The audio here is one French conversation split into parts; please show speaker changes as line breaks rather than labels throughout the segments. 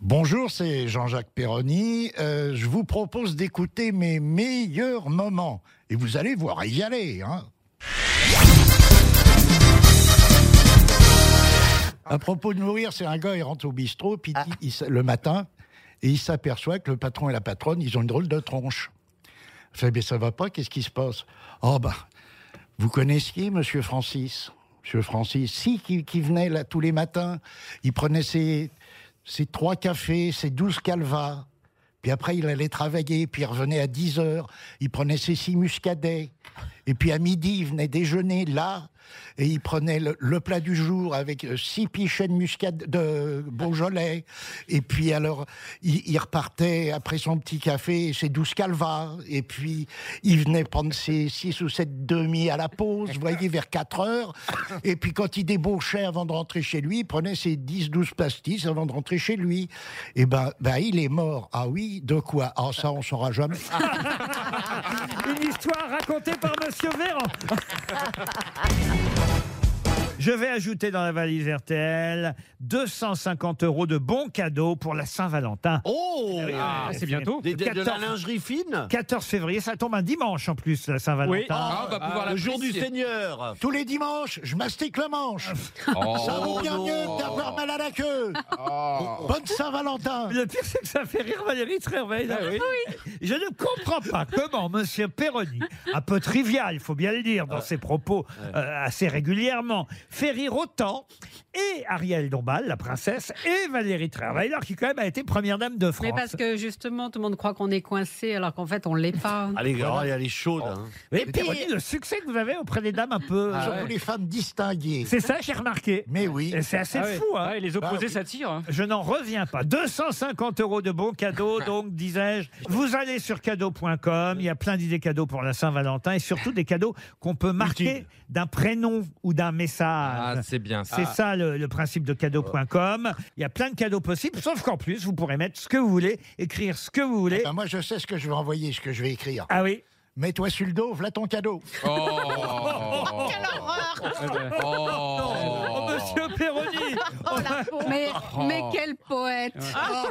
Bonjour, c'est Jean-Jacques Perroni. Euh, je vous propose d'écouter mes meilleurs moments. Et vous allez voir, y aller. Hein. À propos de mourir, c'est un gars, il rentre au bistrot puis il dit- il s- le matin et il s'aperçoit que le patron et la patronne, ils ont une drôle de tronche. Il fait, mais ça va pas, qu'est-ce qui se passe Oh, ben, vous connaissiez Monsieur Francis Monsieur Francis, si, qui, qui venait là tous les matins, il prenait ses, ses trois cafés, ses douze calvas, puis après il allait travailler, puis il revenait à 10 heures, il prenait ses six muscadets, et puis à midi il venait déjeuner là, et il prenait le, le plat du jour avec euh, six pichets de, muscade, de Beaujolais, et puis alors il, il repartait après son petit café, et ses douze calvas, et puis il venait prendre ses six ou sept demi à la pause, vous voyez, vers 4 heures, et puis quand il débauchait avant de rentrer chez lui, il prenait ses 10-12 pastis avant de rentrer chez lui. Et ben, ben il est mort. Ah oui, de quoi Ah ça, on saura jamais.
Une histoire racontée par Monsieur Véran. Je vais ajouter dans la valise RTL 250 euros de bons cadeaux pour la Saint-Valentin.
Eh
Oh
Ah, c'est bientôt.
Des- des- De, la
14.
lingerie fine
14 février, ça tombe un dimanche en plus, la Saint-Valentin.
Ah, on va pouvoir
Le jour du
l'apprécier.
Seigneur
Tous les dimanches, je mastique le manche.
Oh
Ça
Ah,
vaut bien
non.
mieux que d'avoir mal à la queue. Bonne Saint-Valentin.
Le pire, c'est que ça fait rire Valérie Trierweil.
Ah
Je ne comprends pas comment Monsieur Perroni, un peu trivial, il faut bien le dire, dans ses propos euh, assez régulièrement, fait rire autant et Ariel Dombal, la princesse, et Valérie Trierweil, alors qui quand même a été première dame de France.
Mais parce que justement, tout le monde croit qu'on est coincé alors qu'en fait, on l'est pas.
Ah,
Elle est, oh, elle est chaude. hein.
Et Perroni, le succès que vous avez auprès des dames un peu...
Surtout les femmes distinguées.
C'est ça, j'ai remarqué.
Mais Ah oui.
Et C'est assez
Ah
fou, hein.
les
opposés
Bah,
s'attirent.
Je n'en reviens pas. 250 euros de bons cadeaux, donc, disais-je. Vous allez sur cadeau.com, il y a plein d'idées cadeaux pour la Saint-Valentin et surtout des cadeaux qu'on peut marquer d'un prénom ou d'un message.
Ah, c'est bien ça.
c'est ça le, le principe de cadeau.com. Il y a plein de cadeaux possibles, sauf qu'en plus, vous pourrez mettre ce que vous voulez, écrire ce que vous voulez.
Ben, moi, je sais ce que je vais envoyer, ce que je vais écrire.
Ah oui,
Mets-toi sur le dos, voilà ton cadeau.
oh, monsieur Perroni
Oh,
Mais,
Oh.
mais quel poète Ah,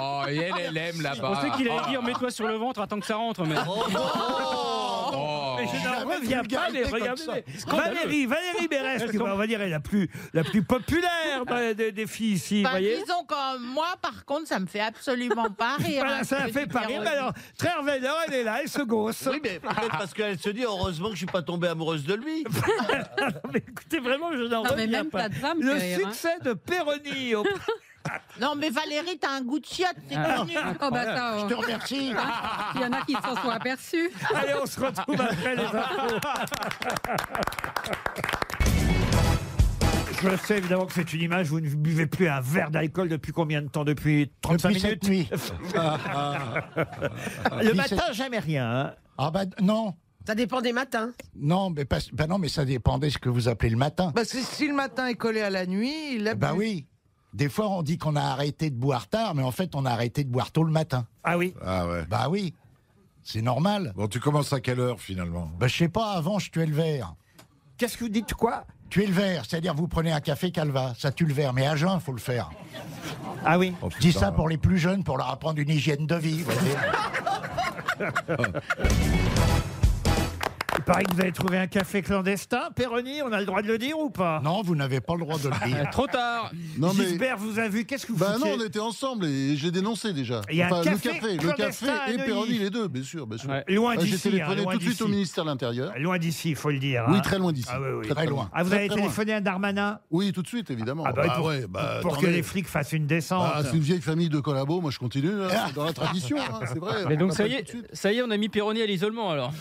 Oh, et elle, elle aime là-bas.
On sait qu'il allait dire mets-toi sur le ventre, attends que ça rentre. Mais...
Oh.
Mais je n'en
Jamais
reviens pas,
vulgarité
mais
comme
regardez.
ça.
Valérie, Valérie Berès, qui, bah, on va dire, est la plus, la plus populaire des, des- des filles ici, vous
Enfin,
voyez.
Bah, disons que moi, par contre, ça me fait absolument pas rire.
Voilà,
hein,
ça
ce
a fait
petit
Paris.
euh,
Perroni.
Mais alors, Trerveller, elle est là, elle se gosse.
Oui, mais peut-être parce qu'elle se dit heureusement que je suis pas tombée amoureuse de lui.
Mais écoutez, vraiment, je n'en
Non, mais
reviens
même
pas.
pas de femme,
Le
Pierre, hein.
succès de Perroni. au-
Non, mais Valérie, t'as un goût de chiotte, c'est
Ah.
connu.
Oh bah ça,
Je te Ah, remercie.
oh. il y en a qui s'en sont aperçus.
Allez, on se retrouve après les infos. Je sais évidemment que c'est une image, vous ne buvez plus un verre d'alcool depuis combien de temps Depuis 35
Depuis cette
minutes
nuit.
Le
Depuis cette-
matin, jamais rien. hein.
Ah ben non.
Ça dépend des matins.
Non, mais pas- ben non, mais ça dépendait de ce que vous appelez le matin.
Parce que si le matin est collé à la nuit, il a
Ben
bu.
oui. Des fois, on dit qu'on a arrêté de boire tard, mais en fait, on a arrêté de boire tôt le matin.
Ah oui
Ah ouais.
Bah oui, c'est normal.
Bon, tu commences à quelle heure finalement
Bah, je sais pas, avant, je tuais le verre.
Qu'est-ce que vous dites quoi
Tuer le verre, c'est-à-dire vous prenez un café calva, ça tue le verre, mais à jeun, faut le faire.
Ah oui
Oh,
Je dis
putain.
ça pour les plus jeunes, pour leur apprendre une hygiène de vie. vous voyez.
Il paraît que vous avez trouvé un café clandestin, Perroni, on a le droit de le dire ou pas
non, vous n'avez pas le droit de le dire.
Trop tard
Non
Gisbert vous a vu, qu'est-ce que vous
Bah non,
foutiez
on était ensemble et j'ai dénoncé déjà.
Il y a un
le
café
café, le
clandestin
café
à
et
Neuilly.
Perroni, les deux, bien sûr. Bien sûr.
Ouais.
Loin
Ah, j'ai
d'ici, hein,
téléphoné
loin
tout de suite au
d'ici.
ministère de l'Intérieur.
Loin d'ici, il faut le dire.
Oui,
hein.
très loin d'ici.
Ah oui, oui.
Très loin.
Ah, vous avez
Très, très
téléphoné à Darmanin
Oui, tout de suite, évidemment.
Ah bah oui, pour,
ouais, bah,
pour que
attendez.
les flics fassent une descente.
Bah, c'est une vieille famille de collabos, moi je continue, hein, c'est dans la tradition, hein, c'est vrai.
Mais
On
donc ça
appelle
y,
tout de suite.
est, ça y est, on a mis Péroni à l'isolement alors.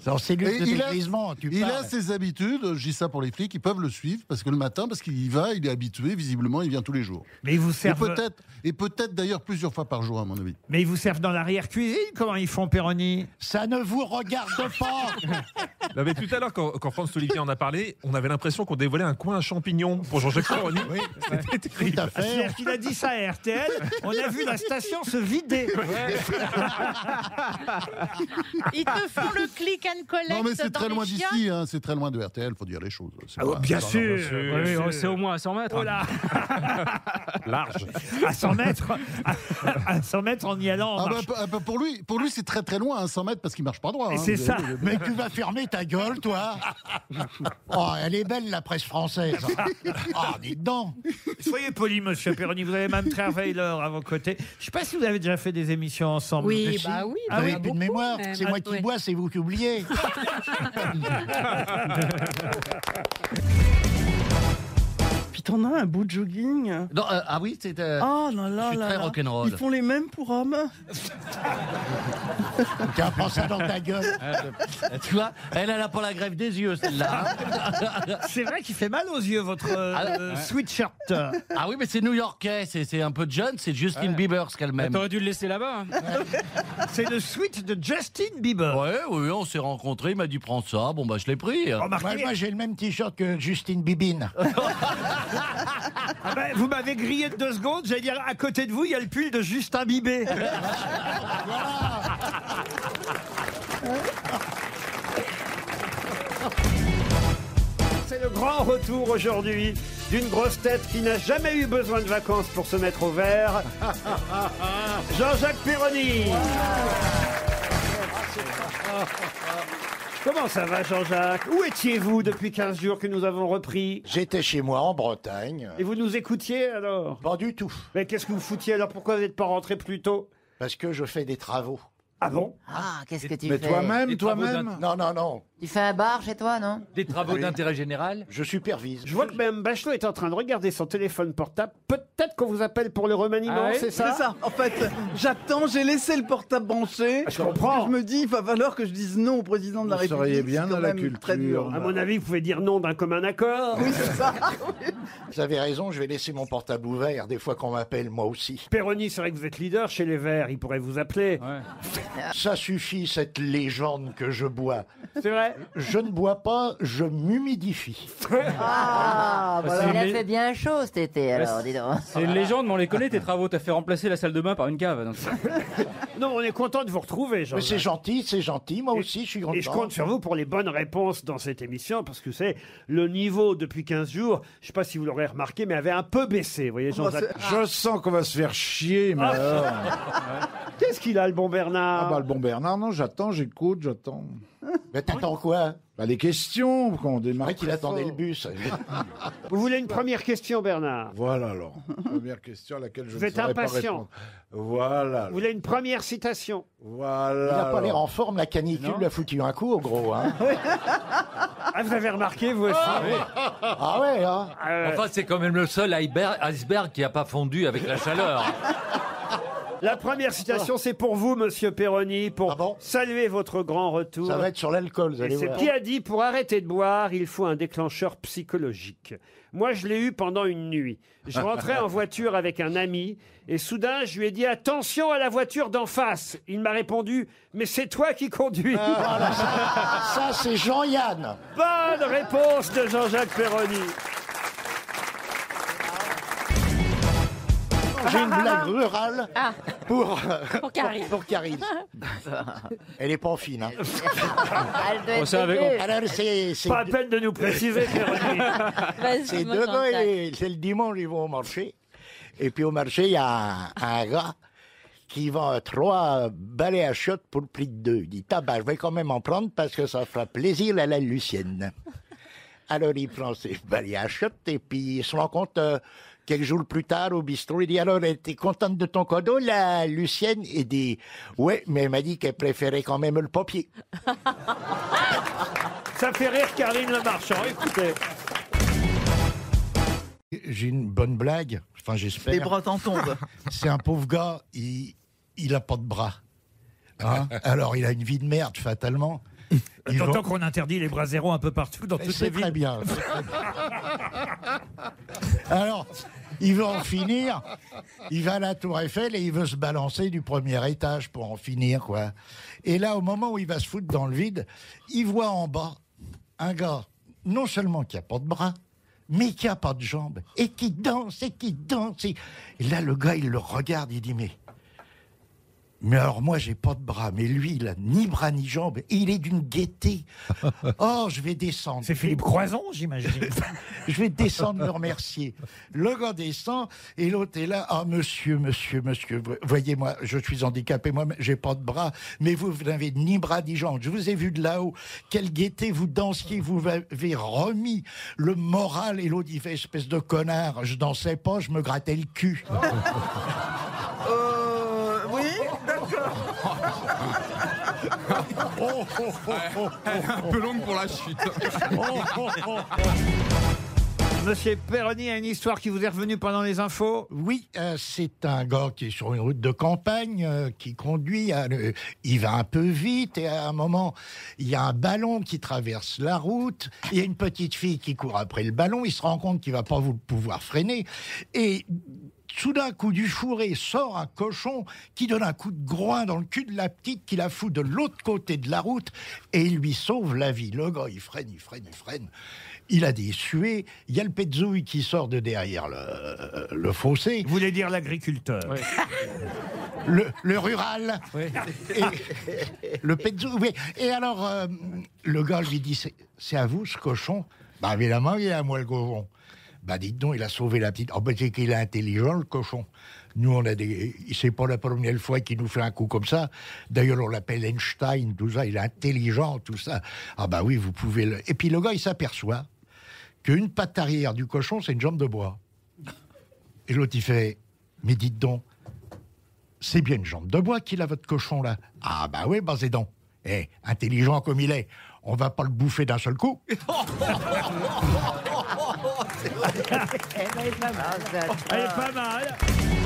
C'est en cellule
Et
de
il a-
dégrisement, tu
Il a
parles.
ses habitudes, je dis ça pour les flics, ils peuvent le suivre parce que le matin, parce qu'il y va, il est habitué, visiblement, il vient tous les jours.
Mais ils vous
Et
servent,
peut-être, et peut-être d'ailleurs plusieurs fois par jour, à mon avis.
mais ils vous servent dans l'arrière-cuisine Comment ils font, Péroni
Ça ne vous regarde pas
Non, mais tout à l'heure, quand, quand Franck Olivier en a parlé, on avait l'impression qu'on dévoilait un coin à champignons pour Jean-Jacques Perroni. C'était
Tout
terrible.
à fait.
Ah, C'est-à-dire qu'il a dit ça à RTL, on a vu la station se vider.
Ils te font le click and
bonne collecte
Non, mais c'est
dans
très
les
loin
chiottes
d'ici, hein, c'est très loin de RTL, faut dire les choses. c'est
Ah, oh,
pas-
bien
non, non,
sûr,
sûr,
bien
Oui,
sûr.
c'est au moins à 100 mètres. hein.
Oh là,
Large.
à 100 mètres, à, à 100 mètres en y allant, en
Ah bah,
marche-
p- ah bah, pour lui, pour lui c'est très très loin, hein, 100 mètres, parce qu'il marche pas droit.
Et
hein,
c'est
vous
ça.
avez-
Mais tu vas fermer ta gueule, toi Oh, elle est belle, la presse française Ah, dis donc
Soyez poli, monsieur Perroni, vous avez même travaillé l'heure à vos côtés. Je sais pas si vous avez déjà fait des émissions ensemble.
Oui,
Mais si.
bah oui.
Ah
Vous Ah n'avez
bah
plus de
beaucoup,
mémoire.
même.
C'est moi qui
Ouais.
bois, c'est vous qui oubliez.
Puis t'en as un bout de jogging.
Non, euh, ah oui, c'est. euh,
Oh là là
je suis
là
très
là.
rock'n'roll.
Ils font les mêmes pour hommes.
Tiens, prends ça dans ta gueule.
Tu vois, elle, elle a pas la grève des yeux, celle-là. hein.
C'est vrai qu'il fait mal aux yeux, votre euh, euh, sweatshirt.
Ah oui, mais c'est new-yorkais, c'est c'est un peu John, c'est Justin Bieber, ce qu'elle m'aime.
Bah, T'aurais dû le laisser là-bas. hein.
C'est le sweat de Justin Bieber.
Ouais, oui, on s'est rencontrés, il m'a dit prends ça, bon bah je l'ai pris.
Oh,
Ah,
Moi,
Remarquez,
moi, j'ai le même t-shirt que Justine Bibine.
ah ben, vous m'avez grillé de deux secondes. J'allais dire, à côté de vous, il y a le pull de Justin Bibé.
C'est le grand retour aujourd'hui d'une grosse tête qui n'a jamais eu besoin de vacances pour se mettre au vert. Jean-Jacques Perroni. Comment ça va Jean-Jacques Où étiez-vous depuis 15 jours que nous avons repris
J'étais chez moi en Bretagne.
Et vous nous écoutiez alors
Pas du tout,
Mais qu'est-ce que vous foutiez alors Pourquoi vous n'êtes pas rentré plus tôt
parce que je fais des travaux.
Ah bon
Ah, qu'est-ce que tu
Mais
fais
toi-même,
travaux
toi-même
Non, non, non,
Tu fais un bar chez toi, non
Des
Ah
travaux d'intérêt général
je supervise.
Je vois que même Bachelot est en train de regarder son téléphone portable. Peut-être qu'on vous appelle pour le remaniement,
Ah ouais
c'est
C'est
ça
ça. En fait, j'attends, j'ai laissé le portable branché.
Ah, Je comprends.
Je me dis, il va falloir que je dise non au président de la
Vous
République.
seriez
bien
dans
la culture. Très dur.
À mon avis, vous pouvez dire non d'un commun accord.
Oui, c'est ça.
Vous avez raison, je vais laisser mon portable ouvert des fois qu'on m'appelle moi aussi.
Péroni, c'est vrai que vous êtes leader chez les Verts, il pourrait vous appeler.
Ça suffit cette légende que je bois.
C'est vrai
Je ne bois pas, je m'humidifie.
Ah, voilà. Il a fait bien chaud cet été, alors, dis donc.
C'est une légende, mais on les connaît, tes travaux. T'as fait remplacer la salle de bain par une cave. donc.
Non, on est content de vous retrouver,
Mais c'est
Jean-Jacques.
gentil, c'est gentil. Moi aussi, je suis content.
Et je compte sur vous pour les bonnes réponses dans cette émission, parce que c'est le niveau depuis 15 jours, je ne sais pas si vous l'aurez remarqué, mais avait un peu baissé. Vous voyez, Jean-Jacques
Ah.
Je sens qu'on va se faire chier, mais alors.
Qu'est-ce qu'il a, le bon Bernard
Ah bah le bon Bernard, non, j'attends, j'écoute, j'attends.
Mais t'attends quoi
Bah les questions, quand on démarre.
Vrai qu'il
très
Ah, attendait
fort.
le bus.
Ah, Vous voulez une première question, Bernard
Voilà alors. Première question à laquelle je
Vous
ne
êtes
saurais pas
impatient.
répondre. Voilà.
Vous voulez une première citation
Voilà.
Il n'a pas
alors.
l'air en forme, la canicule lui a foutu un coup, au gros. hein.
Ah, vous avez remarqué, vous aussi
Ah ouais, hein
Euh,
Enfin, c'est quand même le seul iceberg, iceberg qui a pas fondu avec la chaleur.
La première citation, c'est pour vous, monsieur Perroni, pour
Ah bon
saluer votre grand retour.
Ça va être sur l'alcool, vous
Et
allez
c'est
voir.
qui a dit pour arrêter de boire, il faut un déclencheur psychologique. Moi, je l'ai eu pendant une nuit. Je rentrais en voiture avec un ami et soudain, je lui ai dit attention à la voiture d'en face. Il m'a répondu mais c'est toi qui conduis.
Voilà, ça, ça, c'est Jean-Yann.
Bonne réponse de Jean-Jacques Perroni. Ah.
J'ai une blague rurale
Ah.
pour,
Pour Karine.
pour Karine. Elle est pas fine. Hein.
Elle doit
On
être
sait avec-
dégueu.
Alors, c'est c'est-
Pas à peine de nous préciser, Perroni.
Vas-y,
c'est
moi,
demain,
j'entends.
et- c'est le dimanche, ils vont au marché. Et puis au marché, il y a un, un gars qui vend trois balais à chiottes pour le prix de deux. Il dit Tabac, je vais quand même en prendre parce que ça fera plaisir à la Lucienne. Alors il prend ses balais à chiottes et puis il se rend compte. euh, Quelques jours plus tard, au bistrot, il dit Alors, elle était contente de ton cadeau, la Lucienne Il dit Ouais, mais elle m'a dit qu'elle préférait quand même le papier.
Ça fait rire Karine Le Marchand. Écoutez.
J'ai une bonne blague, enfin, j'espère.
Les bras t'en tombent.
C'est un pauvre gars, il, il a pas de bras. Hein Alors, il a une vie de merde, fatalement. Ils
D'autant
vont-
qu'on interdit les bras zéro un peu partout dans toutes les
C'est très
villes.
bien. Alors, il veut en finir. Il va à la Tour Eiffel et il veut se balancer du premier étage pour en finir, quoi. Et là, au moment où il va se foutre dans le vide, il voit en bas un gars, non seulement qui a pas de bras, mais qui a pas de jambes, et qui danse, et qui danse. Et et là, le gars, il le regarde, il dit, mais... Mais alors moi, j'ai pas de bras, mais lui, il a ni bras ni jambes. Et il est d'une gaieté. Oh, je vais descendre. C'est
Philippe Croison, j'imagine.
je vais descendre le remercier. Le gars descend et l'autre est là. Ah monsieur, monsieur, monsieur, vo- voyez-moi, je suis handicapé, moi, j'ai pas de bras, mais vous, vous n'avez ni bras ni jambes. Je vous ai vu de là-haut. Quelle gaieté vous dansiez, vous m'avez remis le moral. Et l'autre, il fait espèce de connard. Je dansais pas, je me grattais le cul.
Euh, oui, d'accord.
Elle est un peu longue pour la chute.
Monsieur Perroni a une histoire qui vous est revenue pendant les infos
Oui, euh, c'est un gars qui est sur une route de campagne, euh, qui conduit, à le- il va un peu vite, et à un moment, il y a un ballon qui traverse la route, il y a une petite fille qui court après le ballon, il se rend compte qu'il va pas vous pouvoir freiner, et soudain, coup du fourré, sort un cochon qui donne un coup de groin dans le cul de la petite, qui la fout de l'autre côté de la route, et il lui sauve la vie. Le gars, il freine, il freine, il freine. Il a des suées. Il y a le petzouille qui sort de derrière le, le fossé.
Vous voulez dire l'agriculteur
le, le rural. Et, le petzouille. oui. Et alors, euh, le gars lui dit C'est- C'est à vous ce cochon Bah évidemment, il est à moi le cochon. Bah dites donc, il a sauvé la petite. Oh, bah, c'est qu'il est intelligent, le cochon. Nous, on a des. C'est pas la première fois qu'il nous fait un coup comme ça. D'ailleurs, on l'appelle Einstein, tout ça. Il est intelligent, tout ça. Ah, bah oui, vous pouvez le. Et puis le gars, il s'aperçoit qu'une patte arrière du cochon, c'est une jambe de bois. Et l'autre, il fait Mais dites donc, c'est bien une jambe de bois qu'il a, votre cochon, là. Ah, bah oui, bah c'est donc. Eh, intelligent comme il est, on va pas le bouffer d'un seul coup.
Elle est pas mal.
Elle est pas mal.